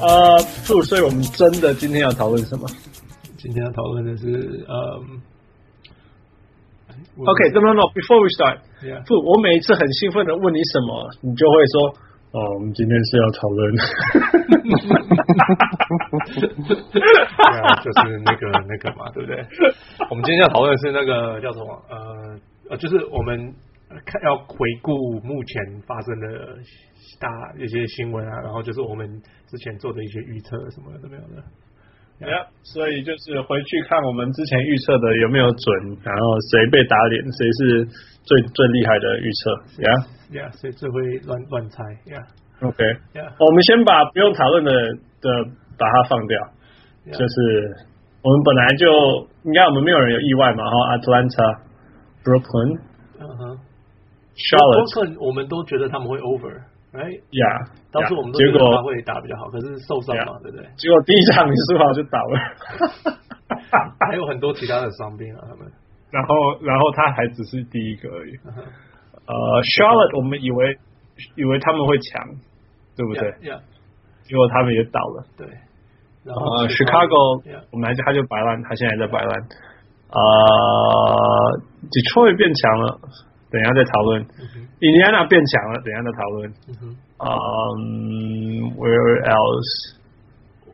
呃，不，所以我们真的今天要讨论什么今天要讨论的是，嗯？OK，no no no，before we start， yeah. 不，我每一次很兴奋的问你什么，你就会说，哦，我们今天是要讨论，对啊，就是那个那个嘛，对 不对？我们今天要讨论的是那个叫什么？呃呃，就是我们看要回顾目前发生的大一些新闻啊，然后就是我们之前做的一些预测什么的都没有的。 Yeah，所以就是回去看我们之前预测的有没有准，然后谁被打脸，谁是最最厉害的预测，Yeah，OK，、 Yeah，所以这会乱乱猜，Yeah Yeah 我们先把不用讨论的的把它放掉。 Yeah。就是我们本来就应该我们没有人有意外嘛，然后 Atlanta、Brooklyn、嗯哼， Charlotte， Brooklyn 我们都觉得他们会 over，right？呀，当时我们都结觉得他果会打比较好，可是受伤嘛，对不对？结果第一场你输好就倒了， 还有很多其他的伤病啊，他们。 然后然后他还只是第一个而已。嗯哼呃，Charlotte 我们以为以为他们会强， 对不对？ Yeah，yeah，结果他们也倒了。对。然后呃，Chicago yeah，我们还他就摆烂，他现在在摆烂。呃，Detroit 变强了，等一下再讨论。嗯哼 Indiana 变强了，等一下再讨论。嗯哼 Um, where else?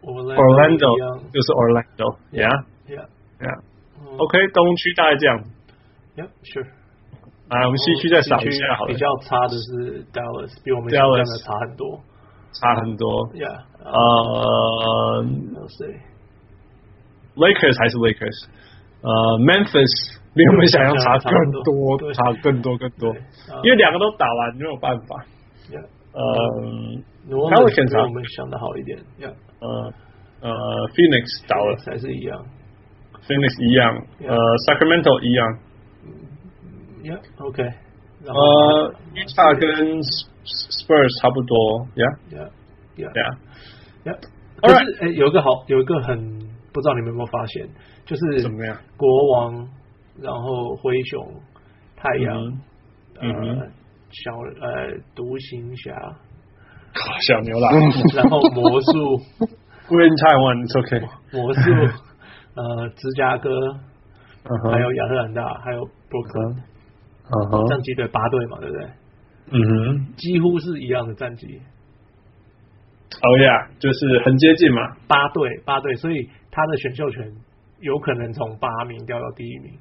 Orlando 一 Orlando 样就是 Orlando. Yeah, ，Yeah， yeah. 嗯 OK，东区大概这样。 ，Yep，Sure。哦啊，我们西区再哦扫一下好了啊比，较差的是 Dallas，比我们 Dallas 想象的差很多。差很多。 Yeah，嗯呃还有谁？ ，Lakers 还是 Lakers。呃，Memphis 比我们想象差更多对，差更多更多对，哦嗯因为两个都倒了，你没有办法。 Yeah，呃然后 Pelicans 比啊我们想的好一点。Yeah，呃呃，Phoenix 倒了还是一样。 ，Phoenix 一样，呃，Sacramento 一样， Yeah，OK。然后呃，Utah 跟 Spurs 差不多，Yeah。 ，Yeah，Yeah。对啊， Yeah. 可 Alright. 是，哎、有一个好，有一个很不知道你们有没有发现，就是怎么样？国王，然后灰熊、太阳、嗯嗯呃哼小呃独行侠， 靠小牛啦然后魔 术，We're in Taiwan, it's okay。魔术呃芝加哥，嗯还哼，有亚特兰大，还有布鲁克嗯林，嗯这样哼，几队八队嘛，对不对？嗯哼几乎是一样的战绩， ，Oh yeah，就是很接近嘛。八队八队，所以他的选秀权有可能从八名掉到第一名，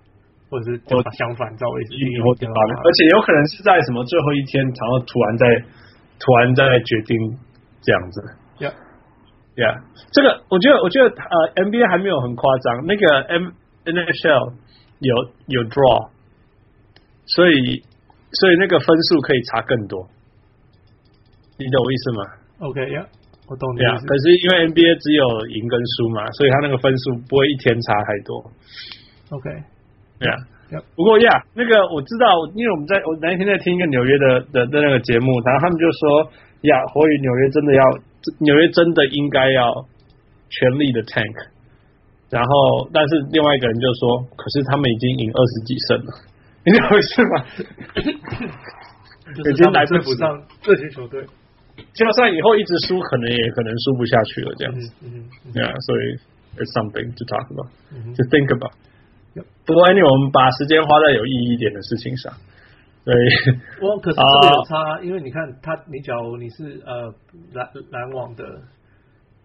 或者是就我相反，照位置一第一或名哦第掉八到名，八啊而且有可能是在什么最后一天，然后突然在突然在决定这样子。名。Yeah. Yeah，这个我觉得，我觉得呃，NBA 还没有很夸张，那个 M NHL 有有 draw，所以所以那个分数可以差更多，你懂我意思吗？ OK，呀、我懂对你啊的意，思可。是因为 NBA 只有赢跟输嘛，所以他那个分数不会一天差太多。 OK，对啊 Yep.，不过呀那个我知道，因为我们在我那一天在听一个纽约的的的那个节目，然后他们就说呀，火与纽约真的要，纽约真的应该要全力的 tank。然后，但是另外一个人就说，可是他们已经赢二十几胜了， 你懂我意思吗？ 就是已经他们来不对不及上这些球队。就算以后一直输，可能也可能输不下去了这样嗯子。嗯嗯对啊，所以 it's something to talk about。嗯 to think about Yep.。不过 anyway，我们把时间花在有意义一点的事情上。对，我可是这个有差，因为呃你看他，你假如你是呃篮篮网的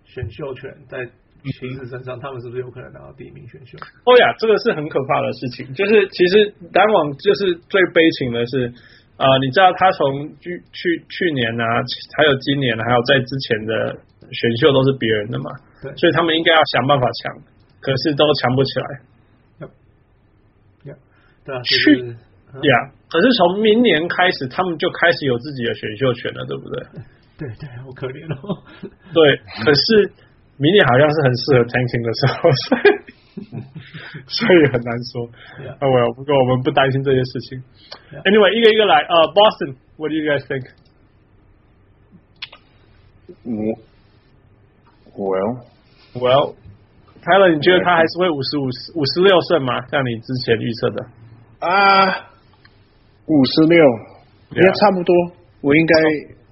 选秀权在骑士身上，他们是不是有可能拿到第一名选秀？哦呀，这个是很可怕的事情。就是其实篮网就是最悲情的是，啊、你知道他从去去去年啊，还有今年，啊还有在之前的选秀都是别人的嘛，对所以他们应该要想办法抢，可是都抢不起来。对啊，就是嗯呀、可是从明年开始，他们就开始有自己的选秀权了，对不对？对对，好可怜哦。对，可是明年好像是很适合 tanking 的时候，所以 所以很难说。 Yeah. 啊，我不过我们不担心这些事情。 Yeah. Anyway，一个一个来。呃，Boston，what do you guys think？ 我 Well， Well，泰勒，你觉得他还是会五十五五十六胜吗？像你之前预测的啊，五十六，应该差不多。我应该，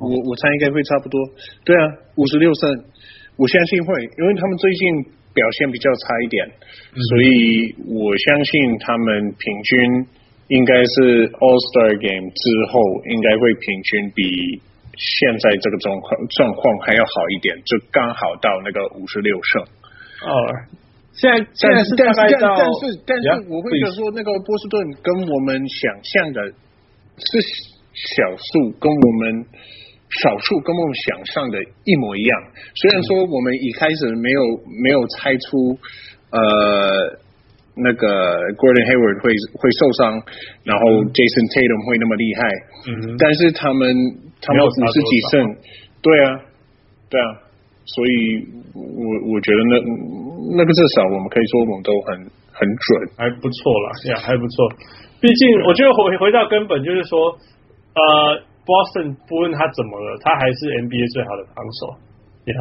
我我猜应该会差不多。对啊，五十六胜，我相信会，因为他们最近表现比较差一点，嗯所以我相信他们平均应该是 All Star Game 之后，应该会平均比现在这个状况状况还要好一点，就刚好到那个五十六胜。哦，现在现在但是大但是概但到但是但是 Yeah，我会觉得说，那个波士顿跟我们想象的是小数，跟我们少数跟我们想象的一模一样。虽然说我们一开始没有没有猜出，呃。那个 Gordon Hayward 会会受伤，然后 Jason Tatum 会那么厉害，嗯，但是他们他没有们五差多少十几胜，对啊，对啊，所以我我觉得那那个至少我们可以说我们都很很准， 还不错啦，也还不错。毕竟我觉得回回到根本就是说，呃，Boston 不论他怎么了，他还是 NBA 最好的防守，Yeah，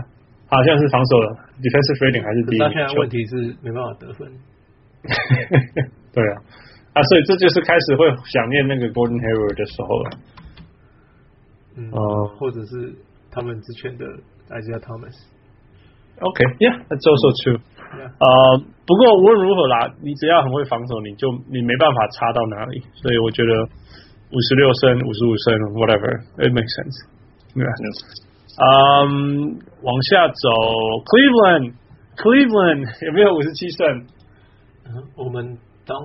好像是防守的 defensive rating 还是第一那现在球问题是没办法得分。 对啊，啊，所以这就是开始会想念那个 Gordon Hayward 的时候了。嗯，哦或者是他们之前的 Isaiah Thomas， OK，Yeah，that's also true。呃，不过无论如何啦，你只要很会防守，你就你没办法差到哪里。所以我觉得五十六胜、五十五胜，whatever，it makes sense。对吧？嗯，往下走，Cleveland，Cleveland 有没有五十七胜？嗯，我们当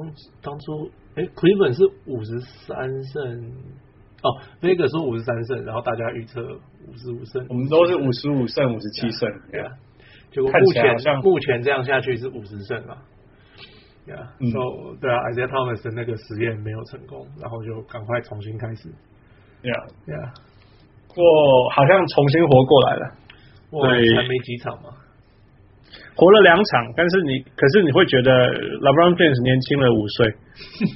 当初哎，Cleveland 是五十三胜，哦，Vegas 说五十三胜，然后大家预测五十五胜，我们都是五十五胜、五十七胜。对啊，结果看目起来好像前目前这样下去是五十胜啊。对啊，嗯所以对啊，Isaiah Thomas 的那个实验没有成功，然后就赶快重新开始。 Yeah，对啊，不过好像重新活过来了。我对才没几场嘛。活了两场，但是你可是你会觉得 LeBron James 年轻了五岁，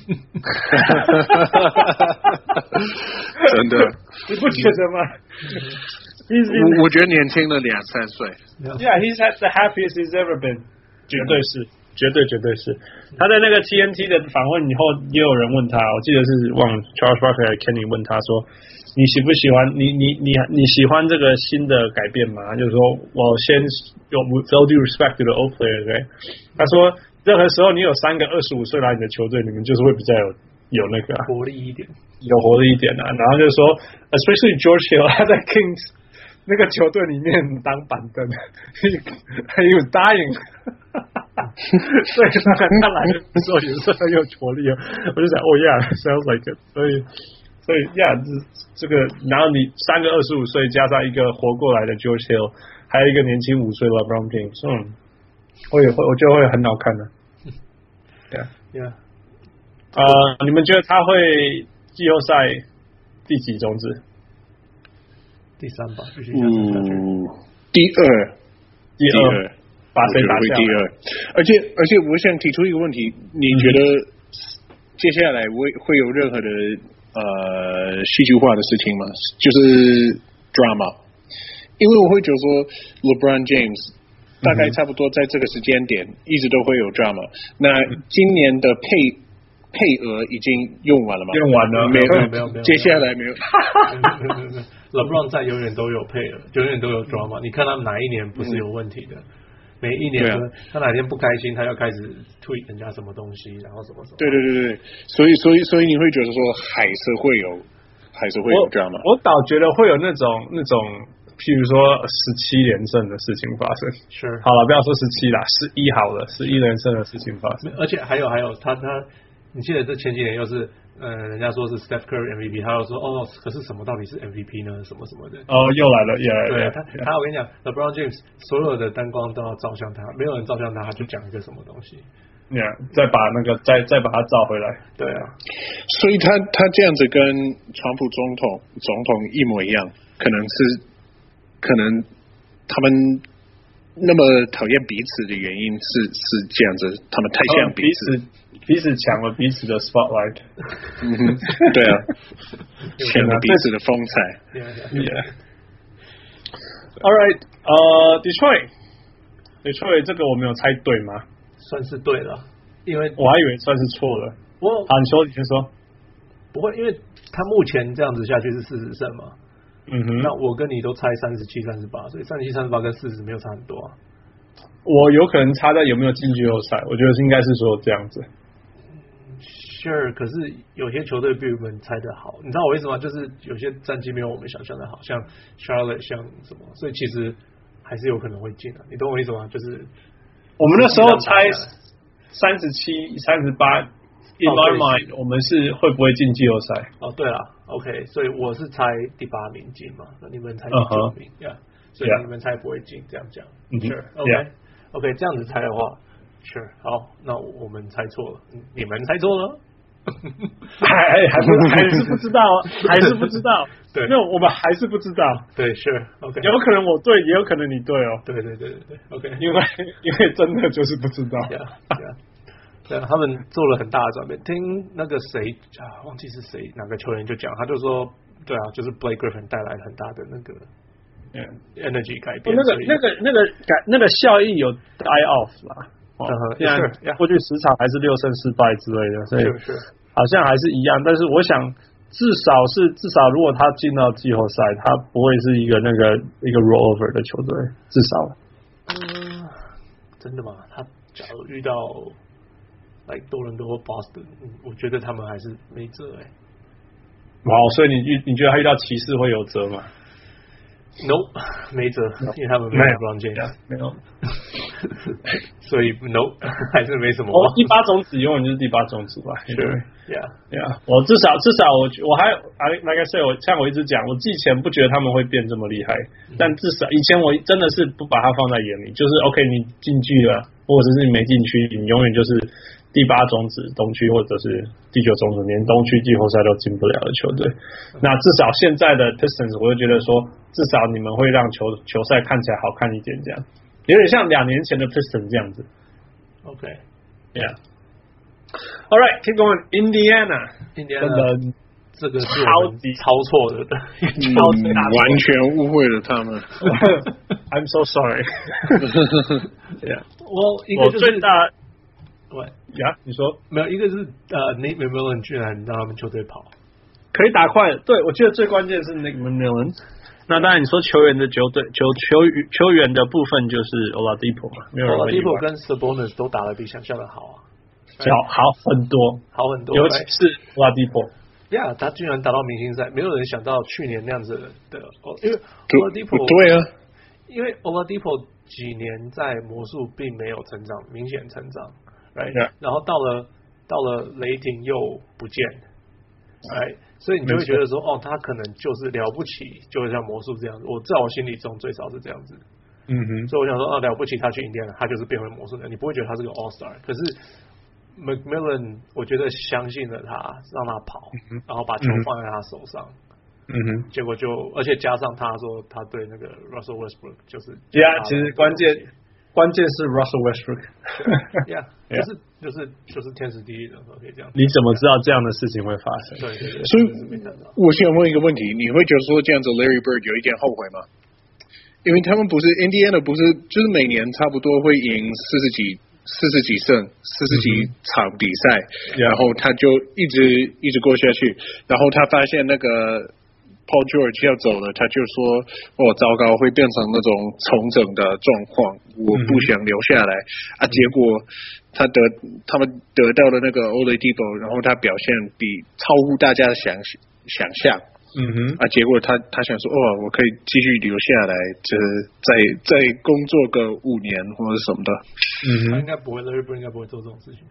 真 的，你不觉得 吗？He's been, 我我觉得年轻了两三岁， yeah, he's had the happiest he's ever been，绝对是，绝对绝对是。他在那个 TNT 的访问以后，也有人问他，我记得是忘了 Charles Barker 还是 Kenny 问他说，你喜不喜欢你你你你喜欢这个新的改变吗？他就是说我先有 with all due respect to the old player，对、他说任何时候你有三个二十五岁来你的球队，你们就是会比较有有那个啊、活力一点。有活力一点啊。然后就说，especially George Hill，他 在 Kings 那个球队里面当板凳 ，he was dying 所以他他来的时候也是很有活力哦。我就想，哦、yeah，sounds like it。所以所以 yeah，这这个，然后你三个二十五岁加上一个活过来的 George Hill，还有一个年轻五岁的 LeBron James，嗯，我也会我觉得会很好看的。对啊。对啊，呃，你们觉得他会季后赛第几种子？第三吧，必须下场下去。嗯，第二，第第二，二，把我谁觉得打会下第来？二。而且而且，我想提出一个问题，你觉得接下来会会有任何的呃戏剧化的事情吗？就是 drama，因为我会觉得说 LeBron James。大概差不多在这个时间点，一直都会有 drama。那今年的配配额已经用完了吗？用完了没没 有没有没有接下来没有。 LeBron 在永远都有配了，永远都有 drama。你看他哪一年不是有问题的？每一年对啊都他哪天不开心，他要开始推人家什么东西，然后什么什么。对对对对，所以所以所以你会觉得说还是会有，还是会有 drama。我我倒觉得会有那种那种，譬如说十七连胜的事情发生。 ，Sure。好了，不要说十七啦，十一好了，十一连胜的事情发生。而且还有还有，他他，你记得这前几年又是，呃，人家说是 Steph Curry MVP，他又说哦，可是什么到底是 MVP 呢？什么什么的。哦，又来了，也啊对啊他，他我跟你讲，LeBron James 所有的灯光都要照向他，没有人照向他，他就讲一个什么东西。再把那个再再把它找回来。对啊，所以他他这样子跟川普总统总统一模一样，可能是可能他们那么讨厌彼此的原因是是这样子，他们太他像们彼此。此彼此抢了彼此的 spotlight。嗯哼， 对啊，天抢哪了彼此的风采。对啊对啊 Yeah. All right. 呃、uh,，Detroit，Detroit 这个我没有猜对吗？算是对了，因为我还以为算是错了。我好，你说，你先说。不会，因为他目前这样子下去是四十胜嘛，嗯哼，那我跟你都猜三十七、三十八，所以三十七、三十八跟四十没有差很多啊。我有可能差在有没有进季后赛，我觉得是应该是说这样子。 Sure，可是有些球队比我们猜的好，你知道我意思吗？就是有些战绩没有我们想象的好，像 Charlotte，像什么，所以其实还是有可能会进的、啊你懂我意思吗？就是我们那时候猜是三十七、三十八，in 哦 my 对 mind，我们是会不会进季后赛？哦，对了，OK，所以我是猜第八名进嘛，那你们猜第嗯哼九名呀所以 Yeah 你们猜不会进，这样讲、嗯哼 s u r e o k Yeah o k 这样子猜的话，Sure，好，那我们猜错了，嗯你们猜错了， 还还不还是不知 道啊，还是不知道。对那我们还是不知道，对，Sure，OK，、有可能我对，也有可能你对哦，对对对对对，OK，因为 因为真的就是不知道。呀呀，对，他们做了很大的转变。听那个谁啊，忘记是谁哪个球员就讲，他就说，对啊，就是 Blake Griffin 带来很大的那个嗯 energy 改哦变。那个所以那个那个感那个效益有 die off 啦。哦嗯哼现 在 sure，yeah 过去十场还是六胜四败之类的，所以是是好像还是一样。但是我想，至少是至少，如果他进到季后赛，他不会是一个那个一个 rollover 的球队，至少嗯，真的吗？他假如遇到来多伦多或 Boston，嗯我觉得他们还是没辙哎、哇，所以你遇你觉得他遇到骑士会有辙吗？ No，没辙， 因为他们没没有有 LeBron James，没有。 所以 No 还是没什么我。第八种子永远就是第八种子吧。是对。 ，Yeah，对啊，我至少至少我我还啊那个是我像我一直讲，我之前不觉得他们会变这么厉害，但至少以前我真的是不把它放在眼里，就是 OK 你进去了，或者是你没进去，你永远就是第八种子东区或者是第九种子，连东区季后赛都进不了的球队。那至少现在的 Pistons，我就觉得说，至少你们会让球球赛看起来好看一点，这样有点像两年前的 Pistons 这样子。 ，OK， Yeah. All right, keep going. Indiana. 今天真的这个是我超们级超错的，嗯超级大错完全误会了他们。 I'm so sorry 。 我一我个就最是大喂，呀，你说没有一个是呃，Nate McMillan 居然让他们球队跑，可以打快？对，我觉得最关键是 Nick McMillan。那当然，你说球员的球队球球员球员的部分就是 Oladipo 嘛，没有人 o 会 l 意 d i p 外 o 跟 Sabonis 都打得比想象的好啊，好好很多，好很多。尤其是 Oladipo。呀他居然打到明星赛，没有人想到去年那样子的，哦因为对 o l d i p o 对啊，因为 Oladipo 几年在魔术并没有成长，明显成长，right？、 Yeah. 然后到了到了雷霆又不见，right？所以你就没会错觉得说，哦，他可能就是了不起，就是像魔术这样子。我在我心里中最少是这样子，嗯哼，所以我想说，哦，了不起，他去印第安纳，他就是变回魔术的，你不会觉得他是个 All Star。可是 McMillan，我觉得相信了他，让他跑，然后把球嗯哼放在他手上，嗯哼。结果就而且加上他说他对那个 Russell Westbrook 就是呀其就是他，的实关键关键是 Russell Westbrook。 Yeah， Yeah 就是就是就是天时地利人和，可以这样讲。你怎么知道这样的事情会发生？对对对，所以就是没看到。我想问一个问题，你会觉得说这样子 Larry Bird 有一点后悔吗？因为他们不是 Indiana 不是就是每年差不多会赢四十几四十几胜四十几场比赛， Yeah 然后他就一直一直过下去，然后他发现那个 Paul George 要走了，他就说：“哦，糟糕，会变成那种重整的状况，我不想留下来。啊，结果他得他们得到了那个 Oladipo，然后他表现比超乎大家的想想象嗯哼，啊，结果他他想说：“哦，我可以继续留下来，就是再再工作个五年或者什么的。嗯他哼应，该不会，Larry Bird 应该不会做这种事情。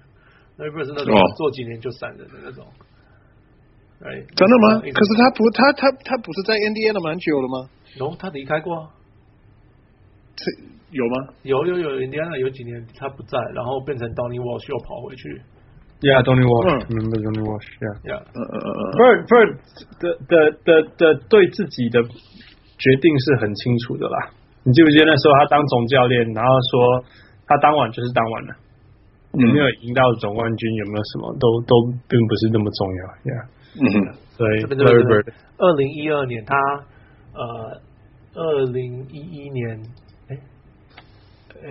Larry Bird 是那种哦做几年就散人的那种。哎，”真的吗？一直可是他不他他他不是在 NBA 了蛮久了吗？ ，No，他离开过啊。这有吗？有有有，Indiana 有几年他不在，然后变成 Donny Walsh 又跑回去。 ，Yeah，Donny Walsh，嗯 remember Donny Walsh，Yeah。 Yeah，嗯嗯嗯嗯。 Bird Bird 的的的的对自己的决定是很清楚的啦。你记不记得那时候他当总教练，然后说他当晚就是当晚了，嗯有嗯没有赢到总冠军，有没有什么都都并不是那么重要，Yeah。嗯哼所以这边这 Larry 边这 Bird，边。二零一二年他呃，二零一一年，哎，呃，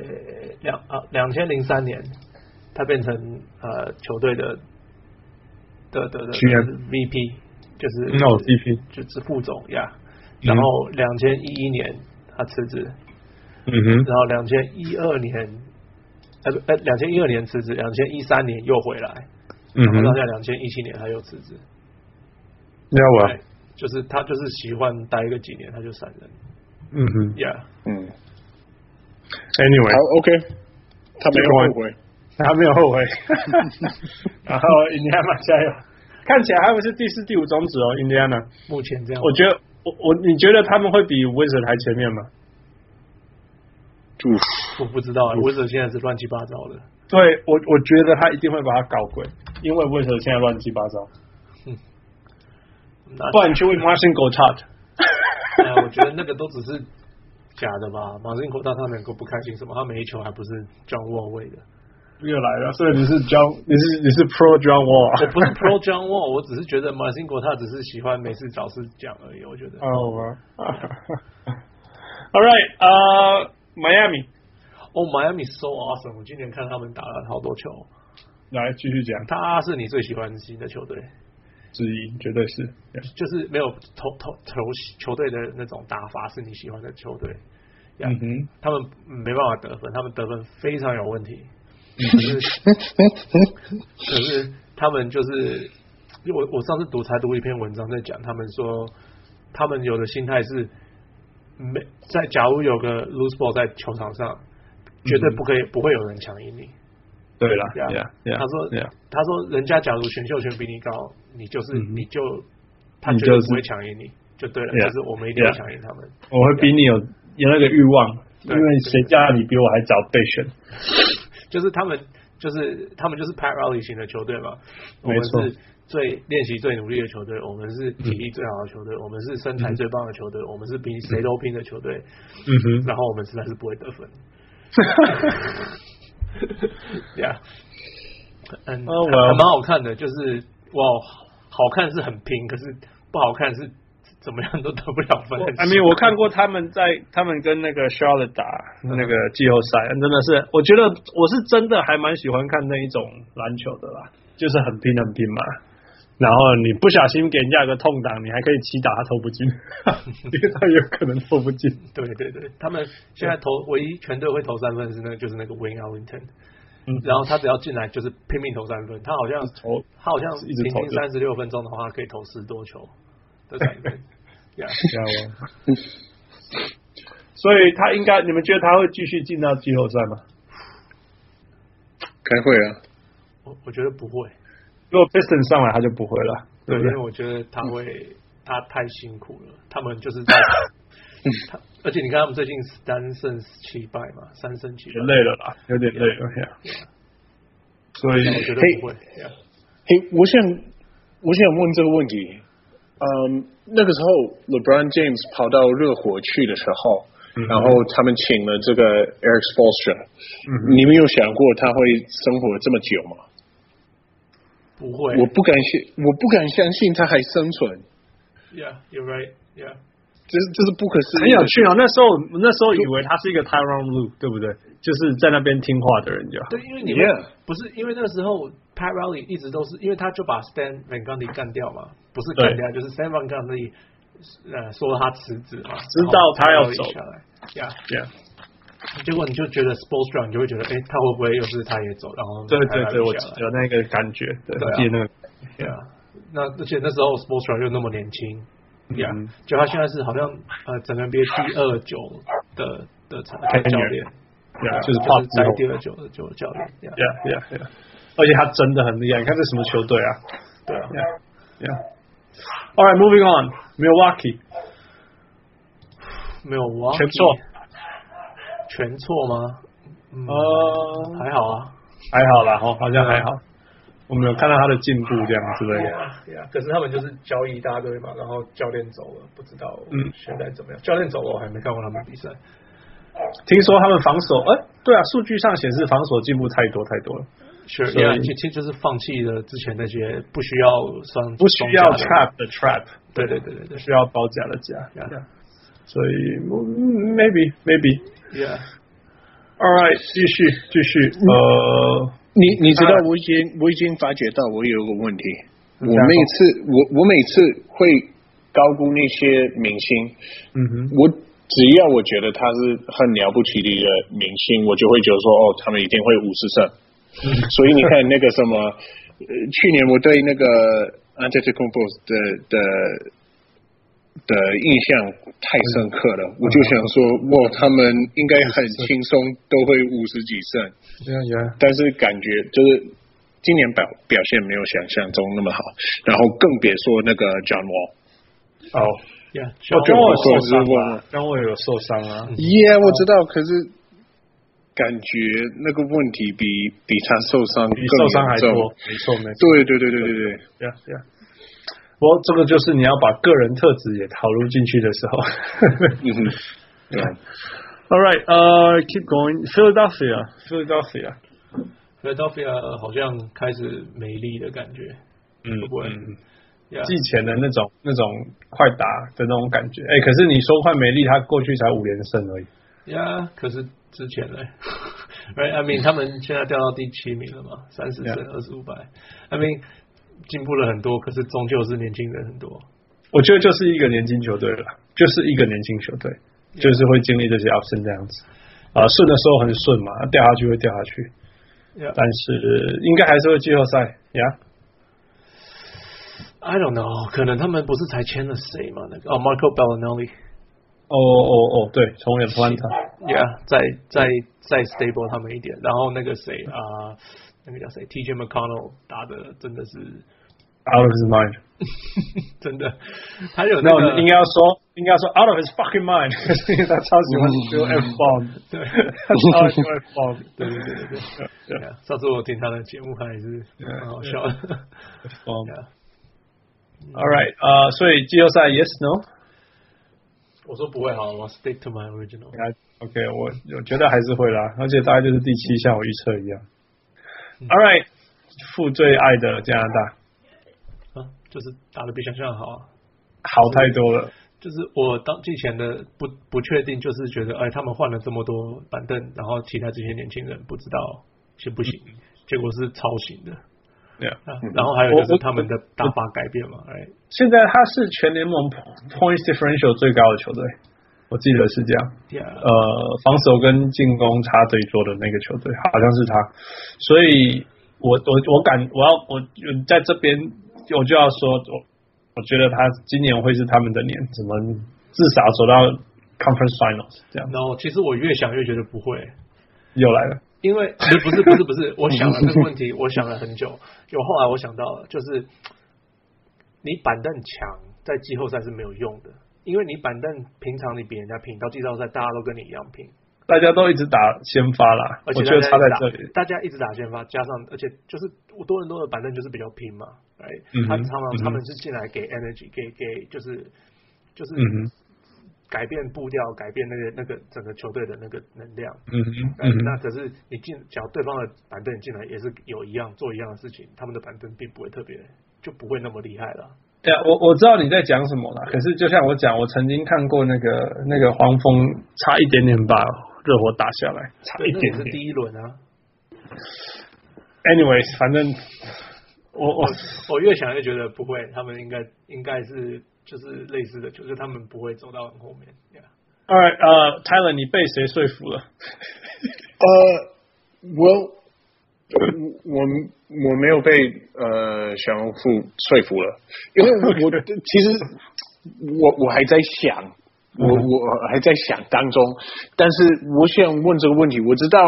两啊两千零三年，他变成呃球队的的的的 GM VP，就是嗯 No GP，就是副总呀。然后两千一一年他辞职，嗯哼，然后两千一二年，呃不呃两千一二年辞职，两千一三年又回来，嗯然后到哼现在两千一七年他又辞职， ，Yeah，对，就是他就是喜欢待个几年他就散人嗯哼，Yeah，嗯， ，Anyway，好，OK，他没有后悔，他没有后悔。然后印第安马加油，看起来他们是第四、第五种子哦，印第安纳。目前这样，我觉得，我我你觉得他们会比 Wizard 还前面吗？祝我福。不知道啊，我者现在是乱七八糟的，对我，我觉得他一定会把他搞鬼，因为 Wizard 现在乱七八糟。那不然你去问 Martin g o t a r d 哎我觉得那个都只是假的吧，马丁口大他能够不开心什么？他每一球还不是 John Wall 喂的。又来了，所以你是 John，你是你是 Pro John 我 Wall 啊 不是 pro John Wall，我只是觉得马辛国他只是喜欢没事找事讲而已。我觉得啊？哦我 All right，呃、m i a m i 哦、m i a m i so awesome！我今年看他们打了好多球，来继续讲他是你最喜欢新的球队，之一，绝对是。Yeah. 就是没有投投投球队的那种打法是你喜欢的球队。呀嗯哼，他们没办法得分，他们得分非常有问题。嗯可是 可是他们就是，因为我我上次读才读一篇文章在讲，他们说他们有的心态是没在，假如有个 loose ball 在球场上，绝嗯对不可以不会有人抢赢你。对了 Yeah， ，Yeah，他说 Yeah，他说人家假如选秀权比你高，你就是嗯哼你就他你绝对就是不会抢赢你，就对了， Yeah，就是我们一定会 Yeah 抢赢他们。我会比你有有那个欲望，因对为谁叫你比我还早被选？就是他们就是他们就是 Pat Riley 型的球队嘛，我没们错是最练习最努力的球队，我们是体力最好的球嗯队，我们是身材最棒的球队，我们是比谁都拼的球队，嗯哼，然后我们实在是不会得 分。yeah，嗯， Oh, well. 还蛮好看的，就是哇，好看是很拼，可是不好看是怎么样都得不了分。 I mean，我看过他们在他们跟那个 Charlotte 打那个季后赛，真的是，我觉得我是真的还蛮喜欢看那一种篮球的啦，就是很拼很拼嘛。然后你不小心给人家有个空档，你还可以祈祷他投不进， 因为他有可能投不进。对对对，他们现在投唯一全队会投三分是那个就是那个 Wayne Ellington，嗯然后他只要进来就是拼命投三分，他好像投他好像一直平投均三十六分钟的话可以投十多球的三 分，Yeah，所以他应该，你们觉得他会继续进到季后赛吗？开会啊，我我觉得不会，如果 Piston 上来，他就不会了，对不因对为？我觉得他会他太辛苦了，他们就是 在他，而且你看他们最近三胜七败嘛，三胜七败也，累了啦，有点累了呀。所以我觉得嘿不会，Yeah，嘿，我想我想问这个问题，嗯，那个时候 LeBron James 跑到热火去的时候，然后他们请了这个 Eric Spoelstra，、你们有想过他会生活这么久吗？不会我不敢信，我不敢相信他还生存， ，Yeah，You're right，Yeah。这是这是不可思很议的。有趣哦。那时候我那时候以为他是一个 Tyron Lue，对不对？就是在那边听话的人就好。对，因为你 Yeah 不是因为那个时候 Pat Riley 一直都是，因为他就把 Stan Van Gundy 干掉嘛，不是对干掉，就是 Stan Van Gundy 呃说他辞职嘛，知道他要走下来，呀、 Yeah 结果你就觉得 Sports r u 你就会觉得，哎，他会不会又是他也走，然后对对 Pat 对， Riley 我下来有那个感觉，对，啊对啊我记得那个。呀，那而且那时候 Sports r u 又那么年轻，呀、嗯就他现在是好像呃整个 NBA 第二九的的的教练， Yeah， Yeah，就是怕就是在第二九的九教练，yeah， Yeah Yeah Yeah，而且他真的很厉害。你看这什么球队啊对啊。 ？Yeah Yeah。All right, moving on. Milwaukee，没有我全错，全错吗？嗯，呃，还好啊。还好啦，哦，好像还好。我们有看到他的进步，这样之类的。呀，可是他们就是交易一大堆嘛，然后教练走了，不知道嗯现在怎么样。教练走了，我还没看过他们比赛。听说他们防守，哎、对啊，数据上显示防守进步太多太多了，是所以呀，其其实就是放弃了之前那些不需要双不需要双加的 trap 的 trap，对对对对对需要包夹的夹 Yeah 所以嗯 maybe maybe ，Yeah， all right，继续继续，呃，你你知道当然我已嗯经我已经发觉到我有个问题，样我说每次我我每次会高估那些明星。嗯哼，我只要我觉得他是很了不起的一个明星，我就会觉得说，哦，他们一定会五十嗯胜。所以你看那个什么，呃去年我对那个 a n t e t o k o n p o 的的的印象太深刻嗯了，我就想说，哇，他们应该很轻松都会五十几胜。这样也但是感觉就是今年表表现没有想象中那么好，然后更别说那个 John Wall。哦，Yeah，小我觉得我有受我伤我啊，然后我有受伤啊。耶、我知道，可是哦感觉那个问题比比他受伤比受伤还更严多，重。没错没错，对对对对对对，对啊对啊。不过这个就是你要把个人特质也考虑进去的 时候。嗯哼，对 All right, uh, keep going. Philadelphia, Philadelphia. Philadelphia 好像开始没力的感觉，嗯会不会嗯，呀，季前的那种那种快打的那种感觉。哎，可是你说快没力，他过去才五连胜而已。呀，可是之前呢 ，Right，I mean，他们现在掉到第七名了嘛，三十胜 Yeah 二十五败，I mean 进步了很多，可是终究是年轻人很多。我觉得就是一个年轻球队了，就是一个年轻球队，就是会经历这些 ups and downs。啊，顺的时候很顺嘛，掉下去会掉下去，但 Yeah，I 是应该还是会季后赛呀。 don't know，可能他们不是才签了谁嘛？那个哦，Marco Bellinelli。哦哦哦，对，重演 Planta， Yeah，再再再 stable 他们一点，然后那个谁啊、那个叫谁，TJ McConnell 打的真的是 out of his mind。真的，他没有那有，个应该要说，应该要说 out of his fucking mind，因 为他超喜欢嗯丢 F bomb， 对他超喜欢 F bomb，对对对对对对啊上次我听他的节目，他也是蛮好 笑啊的。 F bomb。 Yeah All right，呃，所以季后赛 yes no，我说不会好了，我 stick to my original。啊 OK，我我觉得还是会啦，而且大概就是第七，像我预测一样。All right，父最爱的加拿大，啊，就是打的比想象好啊。好太多了。就是我当季前的不不确定，就是觉得哎，他们换了这么多板凳，然后其他这些年轻人不知道行不行，结果是超行的。 Yeah 啊然后还有就我是我他们的打法改变嘛，哎，现在他是全联盟 points differential 最高的球队，我记得是这样。 yeah, 呃防守跟进攻差最多的那个球队，好像是他，所以我我我感我要我我在这边我就要说，我我觉得他今年会是他们的年，怎么至少走到 conference finals 这样，然后其实我越想越觉得不会，又来了，因为不是不是不 是，我想了这个问题，我想了很久，有后来我想到了，就是你板凳强在季后赛是没有用的，因为你板凳平常你比人家拼，到季后赛大家都跟你一样拼，大家都一直打先发啦，而我且觉得差在大家一直打这里，大家一直打先发，加上而且就是多伦多的板凳就是比较拼嘛，哎、嗯哼他他们嗯哼他们是进来给 energy，给给就是就是嗯哼改变步调，改变那个那个整个球队的那个能量。嗯哼哎嗯那哼，可是你进，只要对方的板凳进来也是有一样做一样的事情，他们的板凳并不会特别，就不会那么厉害了。对啊，我我知道你在讲什么啦，可是就像我讲，我曾经看过那个那个黄蜂差一点点把热火打下来，差对，一那点也是点第。一轮啊。 Anyways，反正我 我我越想越觉得不会，他们应该应该是就是类似的，就是他们不会走到很后面。Yeah. 二呃，Tyler，你被谁说服了？呃，我我我没有被呃小人物说服了，因为我其实我我还在想，我我还在想当中，但是我想问这个问题，我知道。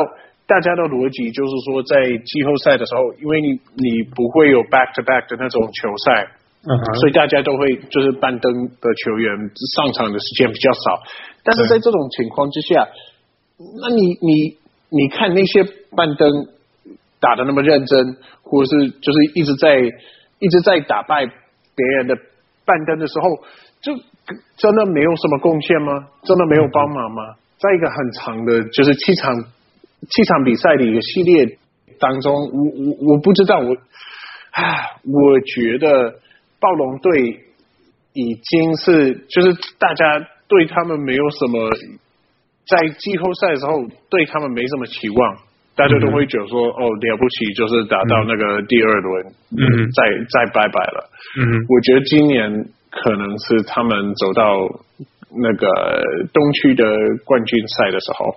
大家的逻辑就是说，在季后赛的时候，因为你你不会有 back to back 的那种球赛，嗯哼所以大家都会就是板凳的球员上场的时间比较少。但是在这种情况之下，那你你你看那些板凳打的那么认真，或者是就是一直在一直在打败别人的板凳的时候，就真的没有什么贡献吗？真的没有帮忙吗？在一个很长的，就是七场七场比赛的一个系列当中，我我我不知道我。啊，我觉得暴龙队已经是，就是大家对他们没有什么，在季后赛的时候对他们没什么期望，大家都会觉得说，哦，了不起，就是打到那个第二轮，嗯再再拜拜了。嗯哼我觉得今年可能是他们走到那个东区的冠军赛的时候。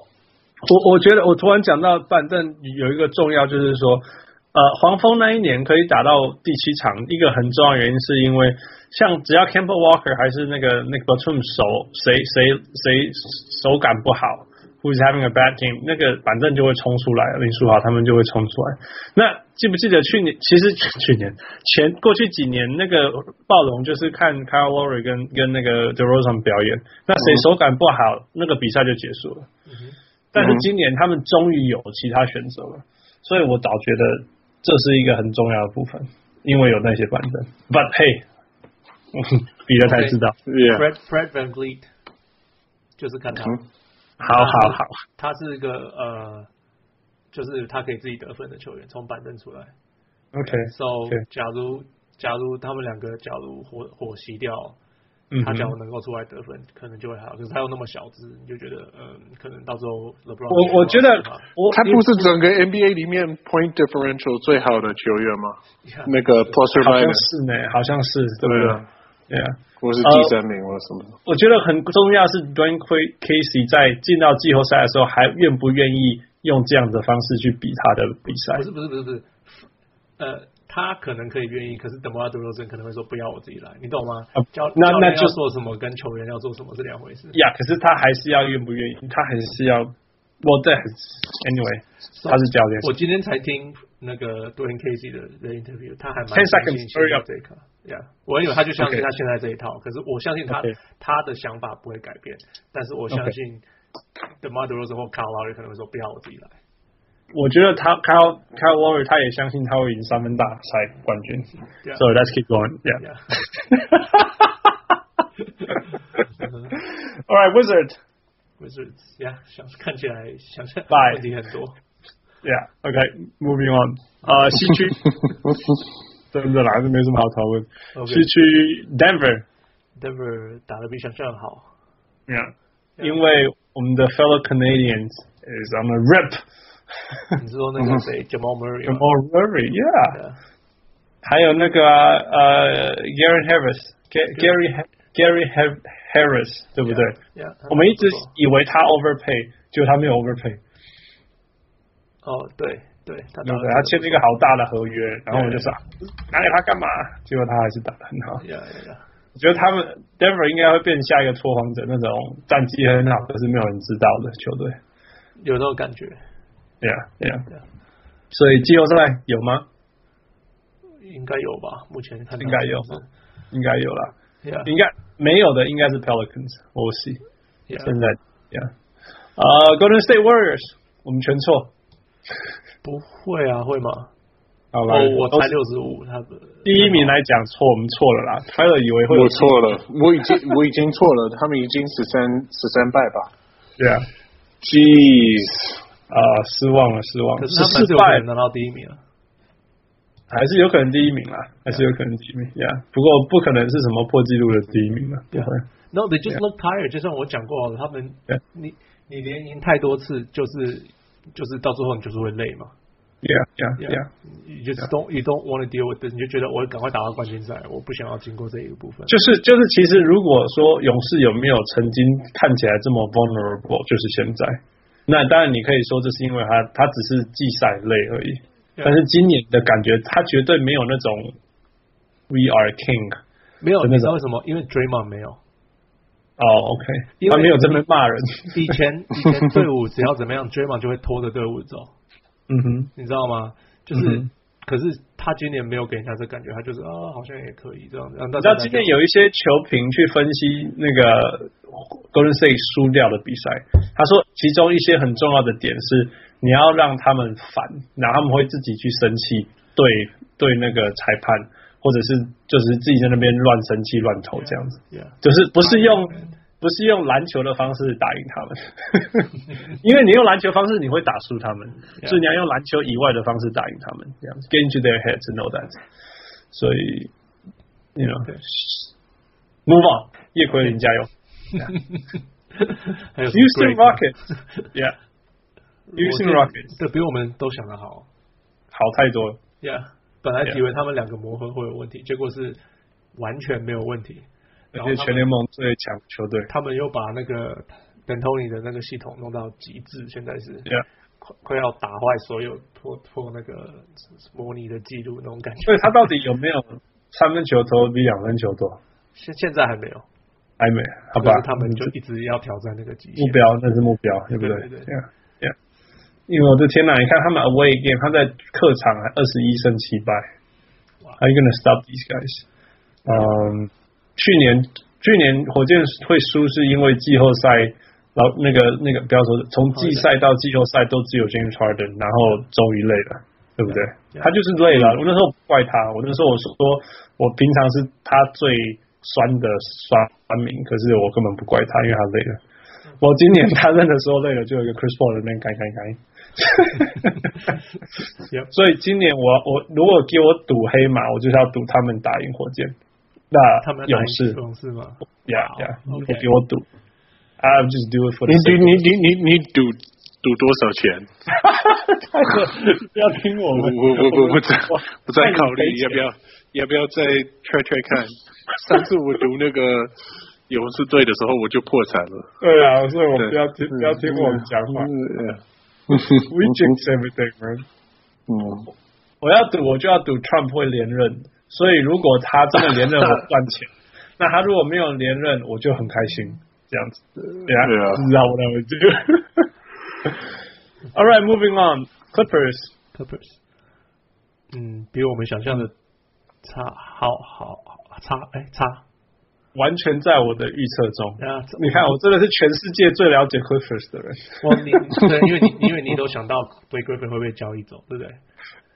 我我觉得我突然讲到板凳有一个重要，就是说，呃，黄蜂那一年可以打到第七场，一个很重要原因是因为，像只要 Campbell Walker 还是那个 Nick Batum 手谁谁谁手感不好，Who's having a bad game，那个板凳就会冲出来，林书豪他们就会冲出来。那记不记得去年？其实去年前过去几年那个暴龙就是看 Kyle Lowry 跟跟那个 DeRozan 表演，那谁手感不好，那个比赛就结束了。但是今年他们终于有其他选择了，所以我倒觉得这是一个很重要的部分，因为有那些板凳。But hey，比了才知道。 Yeah， Fred Fred Van Vliet 就是看他，嗯好好好，他是一个呃，就是他可以自己得分的球员，从板凳出来。 ，OK， So，对假如假如他们两个假如火火熄掉，嗯他哼假如能够出来得分，可能就会还好。可是他又那么小只，你就觉得嗯，可能到时候 LeBron 我我觉得我他不是整个 NBA 里面 point differential 最好的球员吗？那个 plus or 好像 minus 是呢，好像是对不对对啊？对啊。我是第三名，我什么？我觉得很重要是 Dwayne Qu- Casey 在进到季后赛的时候，还愿不愿意用这样的方式去比他的比赛不？是不是不是不是，呃，他可能可以愿意，可是 d e m a r d e r o s e n 可能会说不要我自己来，你懂吗啊？教那教那练就要做什么跟球员要做什么是两回事。呀，可是他还是要愿不愿意，他还是要，我对，anyway，他是教练。我今天才听那个 Dwayne Casey 的的 interview，他还蛮 Ten seconds, 哎相信现在 hurry up. 这一刻，Yeah，我以为他就相信 Okay. 他现在这一套，可是我相信他 Okay. 他的想法不会改变，但是我相信 The m o t h e r o s e 或 Carl Lowry 可能会说不要我自 己来，我觉得他 Kyle Kyle Warrior 他也相信他会赢三分大赛冠军 Yeah. So let's keep going. Yeah. Yeah， All right, Wizard. 我是 Yeah，想看起来想象 Bye. 问题很多， Yeah. Okay. Moving on. 呃，西区真的啦，这没什么好讨论。 OK 西区 Denver. Denver 打得比想象好 Yeah. 因为我们的 fellow Canadians is on a rip. 你是说嗯那个谁 Jamal Murray 吗 More worry. Yeah. Yeah 还有那个啊呃 Gary Harris. Ga- Gary Ha- Gary Ha- Harris 对不对？ ？Yeah，他们我们一直不错以为他 overpay，结果他没有 overpay。哦，对啊对，他对打不得对？他签了一个好大的合约，然后我就对说啊拿给他干嘛？结果他还是打得很好。 Yeah Yeah，我觉得他们 Denver 应该会变下一个拓荒者那种战绩很好，可是没有人知道的球队。有那种感觉。 Yeah, yeah. Yeah 所以季后赛有吗？应该有吧？目前看到应该有嗯应该有啦。 Yeah, 应该没有的应该是 Pelicans，我是 yeah. 现在 Yeah。呃、g o l d e n State Warriors，我们全错。不会啊，会吗？好吧，哦，我都才是六十五，他的第一名来讲错，我们错了啦。泰勒以为会有 我错了，我已经我已经错了，他们已经十三十三败吧 Yeah， ？Jeez，啊、失望了，失望可了，是他失们就败能拿到第一名啊。还是有可能第一名啦，还是有可能第一名，Yeah。不过不可能是什么破纪录的第一名了，不会。 No, they just look tired。就像我讲过了，他们 Yeah 你你连赢太多次，就是就是到最后你就是会累嘛。 Yeah, yeah, Yeah, yeah。 you just don't you don't want to deal with this，你就觉得我赶快打到冠军赛，我不想要经过这一个部分。就是就是，其实如果说勇士有没有曾经看起来这么 vulnerable，就是现在。那当然，你可以说这是因为他他只是季赛累而已， Yeah 但是今年的感觉，他绝对没有那种 We are king。没有，真你的知是道为什么？因为 Draymond 没有。哦，OK，因为他没有这边骂人。以前以前队伍只要怎么样，Draymond 就会拖着队伍走。嗯哼，你知道吗？就是，嗯可是他今年没有给人家这感觉，他就是啊、好像也可以这样子。啊你你知道今天有一些球评去分析那个 Golden State 输掉的比赛，他说其中一些很重要的点是你要让他们烦，然后他们会自己去生气，对对那个裁判，或者是就是自己在那边乱生气乱投这样子， ，Yeah，就是不是用不是用篮球的方式打赢他们， 因为你用篮球方式你会打输他们， Yeah. 所以你要用篮球以外的方式打赢他们，这样子 get into their heads and all that。所以，you know，对 move on，叶奎林加油 还有什么，Houston Drake 啊 Rockets，yeah，Houston 我 Rockets 对比我们都想的好好太多了。 ，Yeah。本来 Yeah 以为他们两个磨合会有问题，结果是完全没有问题。而然后且他全们联盟最强球队。他们又把那个 D'Antoni 的那个系统弄到极致，现在是 Yeah 快快要打坏所有破破那个模拟的记录那种感觉。所以他到底有没有三分球投得比两分球多？现现在还没有，还没，好吧可是？他们就一直要挑战那个极限。目标，那是目标，对不对对对对？Yeah, yeah. 因为我的天哪，你看他们 away game，他在客场还二十一胜七败哇，How you gonna stop these guys？嗯、去年去年火箭会输是因为季后赛，然后那个那个不要说从季赛到季后赛都只有 James Harden，然后终于累了。对不对 Yeah.？他就是累了。我那时候不怪他，我那时候我说我平常是他最酸的酸民，可是我根本不怪他，因为他累了。我今年他认的时候累了，就有一个 Chris Paul 在那边干干 干。 Yep 所以今年我我如果给我赌黑马，我就是要赌他们打赢火箭。那他们勇士勇士吗？ ，Yeah Yeah，我好 OK 给我赌。I'll just 哦 do it for 你 the 你 sake 你你你你赌赌多少钱？ of- 不要听我我们，我我我我再 我我再考看你虑赔要不要要不要再 try try 看。上次我读那个勇士队的时候，我就破产了。嗯对啊，所以我对不要听不要听我们讲话。We jinx everything, man. 嗯，我要赌，我就要赌 Trump 会连任。所以如果他真的连任，我赚 钱；那他如果没有连任，我就很开心。这样子，对啊，对啊知道我 would do。All right, moving on. Clippers. Clippers，嗯，比我们想象的差，好好好差，哎、差完全在我的预测中。啊！你看，我真的是全世界最了解 Clippers 的人。我你对，因为你因为你都想到 Blake Griffin 会被交易走，对不对？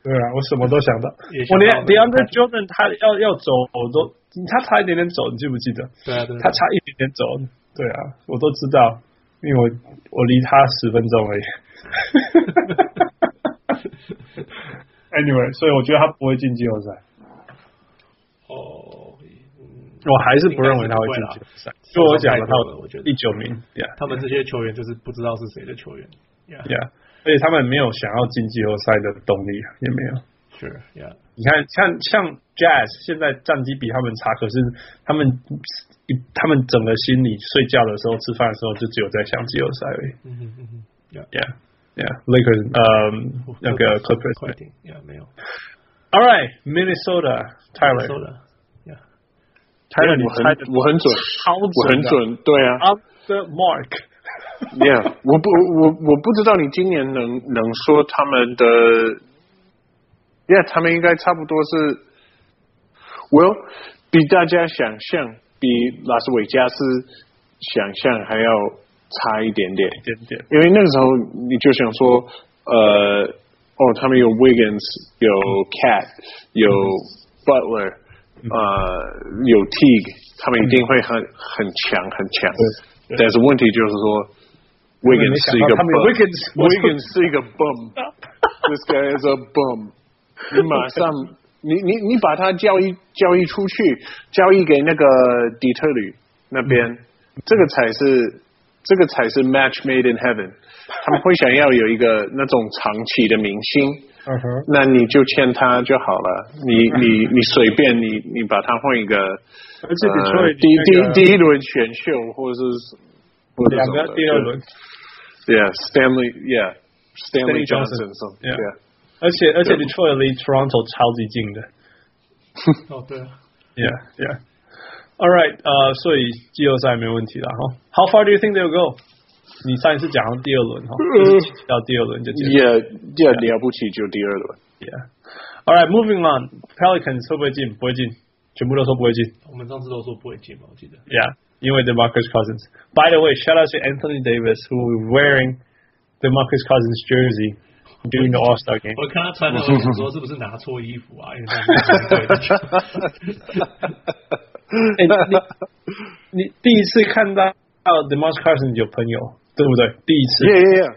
对啊，我什么都想到。也我想到连了 DeAndre Jordan 他要要走，我都他差一点点走，你记不记得？对啊，对啊他差一点点走，对啊，我都知道，因为我我离他十分钟而 已。anyway，所以我觉得他不会进季后赛，哦，嗯，我还是不认为他会进季后赛。就我讲的，他我觉第得九名，Yeah 他们这些球员就是不知道是谁的球员 Yeah，而且他们没有想要进季后赛的动力，啊也没有。 ，Yeah，Sure，Yeah，你看，像像 Jazz 现在战绩比他们差，可是他们一他们整个心里睡觉的时候、吃饭的时候，就只有在想季后赛而已。嗯哼嗯哼 Yeah, yeah. Lakers，嗯、那，Yeah，个快 Clippers。点，Yeah，没有 All right, Minnesota, Tyler, 收了，Yeah， Tyler，你哎我猜很的我很准，超准，我很。准，对啊 On the mark， ，Yeah，我不我我不知道你今年能能说他们的，Yeah，他们应该差不多是，Well，比大家想象，比拉斯维加斯想象还要差一点点，一点点。因为那个时候你就想说，呃，哦，他们有 Wiggins，有 Cat，有 Butler，呃，有 Teague，他们一定会很很强很强。对但是问题就是说，Wiggins 是一个他们 bum， Wiggins Wiggins 是一个 bum，this guy is a bum，你马上。你你你把他交易交易出去，交易给那个底特律那边，嗯这个才是这个才是 match made in heaven。他们会想要有一个那种长期的明星，嗯哼，嗯那你就签他就好了。你你你随便你你把他换一个，而且呃 Detroit 第那个第第一轮选秀或者是或者两什么个的第二轮， ，Yeah Stanley Yeah Stanley Stanley Johnson Johnson 什么 Yeah Yeah 而且而且 Detroit 离 Toronto 超级近的。哦对啊 Yeah, yeah. All right, 呃，所以季后赛没问题了哈。How far do you think they'll go？你上一次讲到第二轮哈，就是到第二轮就结束。 Yeah Yeah 了不起就第二轮。 Yeah. All right, moving on. Pelicans 会不会进？不会进，全部都说不会进。我们上次都说不会进嘛，我记得 Yeah，因为 Demarcus Cousins。By the way, shout out to Anthony Davis who was wearing Demarcus Cousins jersey during the All Star game. 我看他穿的，我想说是不是拿错衣服啊？因为他是对的 球 哎、你你第一次看到 Demarcus Cousins 有朋友，对不对？第一次。 Yeah Yeah Yeah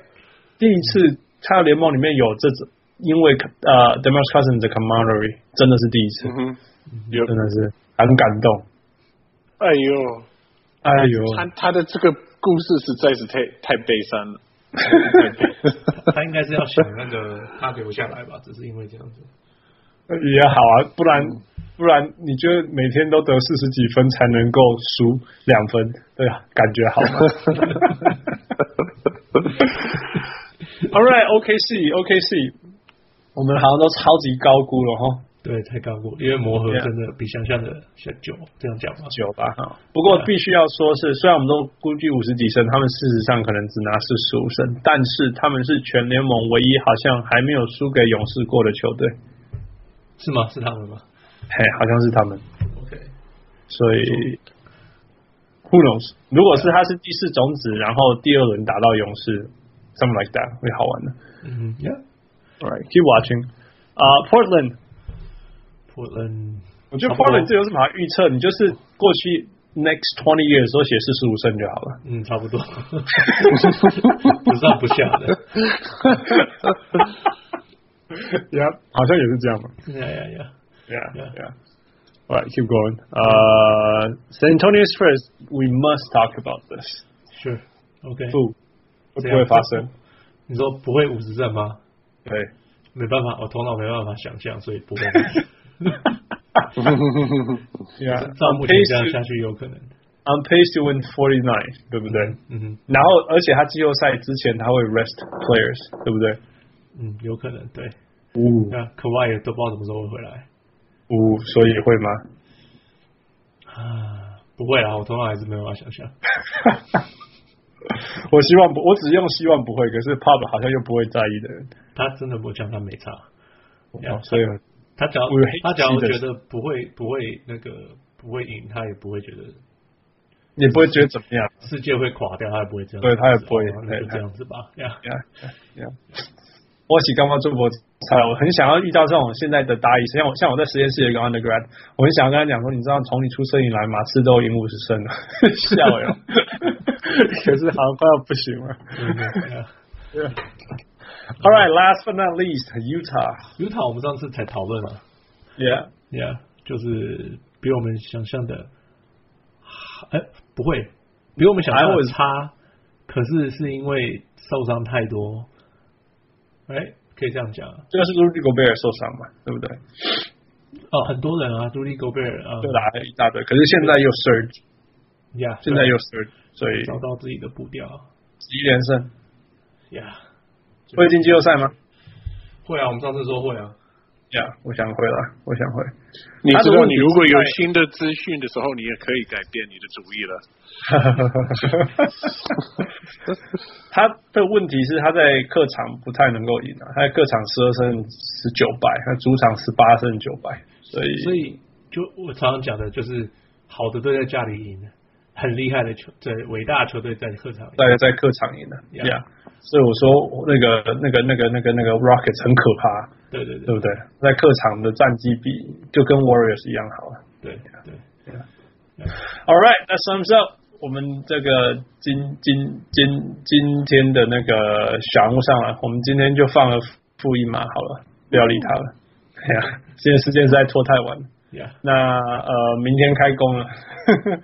第一次看到联盟里面有这种，因为呃 d e m a r c u s i n 的 camaraderie 真的是第一次，嗯哼，有真的是很感动。哎呦。哎呦，他他的这个故事实在是太太悲伤 了。他应该是要想那个他留下来吧，只是因为这样子。也好啊，不然不然你就每天都得四十几分才能够输两分，对啊，感觉好吗？All right, OKC, OKC，我们好像都超级高估了哈，对，太高估，因为磨合 Yeah 真的比想象的小久，这样讲吧，九吧哈。不过必须要说是，虽然我们都估计五十几胜，他们事实上可能只拿四十五胜，但是他们是全联盟唯一好像还没有输给勇士过的球队，是吗？是他们吗嘿，好像是他们。 ？OK，所以，who knows？如果是他是第四种子，然后第二轮打到勇士，something like that 会好玩的。嗯，Yeah，Portland， Alright, keep watching. 啊、p o r t l a n d 我觉得差不多 Portland 这有什么好预测？你就是过去 next twenty years 都写四十五胜就好了。嗯，差 不多，不上不下的， Yeah，好像也是这样嘛。呀呀呀， Yeah, Yeah. yeah. Alright, keep going. 呃、s a n Antonio Spurs, we must talk about this. 是，OK，不，不怎样会发生。你说不会五十胜吗？对，没办法，我头脑没办法想象，所以 不会。 yeah. 照 On 目前这样 pace to- 下去有可能， on pace to win forty nine，对不对？嗯哼然后，而且他季后赛之前他会 rest players，对不对？嗯，有可能，对。五那可外也都不知道什么时候会回来五，所以会吗？啊？不会啊，我头脑还是没有办法想象。我希望不，我只用希望不会，可是 Pop 好像又不会在意的人，他真的我讲他没差，Yeah 哦所以他只要我以为他只要是的觉得不会不会那个不会赢，他也不会觉得也不会觉得怎么样。世界会垮掉，他也不会这样子。对他也不会哦那就对这样子吧。呀， Yeah, yeah. 我喜刚刚做博菜，我很想要遇到这种现在的大医生，像我像我在实验室有一个 undergrad，我很想要跟他讲说，你知道从你出生以来，马刺都赢五十胜了，笑哟， 可是好像快要不行了。嗯对 呀 All right, last but not least, Utah. 尤塔，我们上次才讨论了， Yeah. 呀，就是比我们想象的，哎，不会，比我们想象 I 的 was- 差，可是是因为受伤太多，哎，可以这样讲啊。这个是 Rudy Gobert 受伤嘛，对不对？哦，很多人啊，Rudy Gobert 啊，对啦，还有一大堆。可是现在又 surge，呀，现在又 surge，所以对啊找到自己的步调十一连胜呀。会进季后赛吗会啊，我们上次说会啊。 ？Yeah，我想会了，我想会。你他知的道问题你如果是有在新的资讯的时候，你也可以改变你的主意了。 他的问题是他在客场不太能够赢啊，他在客场十二胜十九败，他主场十八胜九败，所以所以就我常常讲的，就是好的队在家里赢，很厉害的球，在伟大的球队在客场赢。大家在客场赢了啊 Yeah ，Yeah。所以我说那个那个那个那个那个 Rockets 很可怕，对对对对不对？在客场的战绩比就跟 Warriors 一样好啊了。对对， All right, that sums up 我们这个今今今今天的那个小人物上来，我们今天就放了负一马好了，不要理他了。哎 呀，这件事件实在拖太晚了。呀那呃，明天开工了，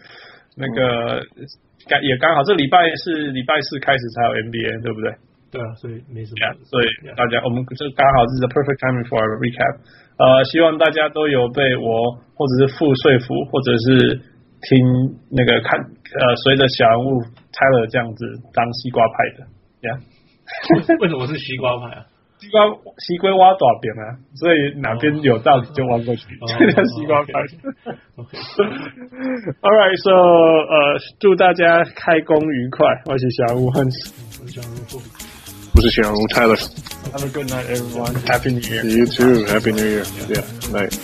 那个刚也刚好，这礼拜是礼拜四开始才有 NBA，对不对？对啊，所以没什 Yeah，么。所以 Yeah 大家我们这刚好是 the perfect timing for our recap。呃，希望大家都有被我或者是傅说服，或者是听那个看呃，随着小人物 Tyler 这样子当西瓜派的，Yeah， 为什么是西瓜派啊？西瓜西瓜挖多少边啊？所以哪边有道理 就挖过去，哦这叫西瓜派。 OK， All right, so 呃，祝大家开工愉快，我是小人物 h a n 我想如果不是小人物 Tyler。 Have a good night, everyone. Happy New Year. You too. Happy New Year. Yeah. Night.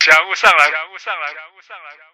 小屋上来，小屋上来，小屋上来。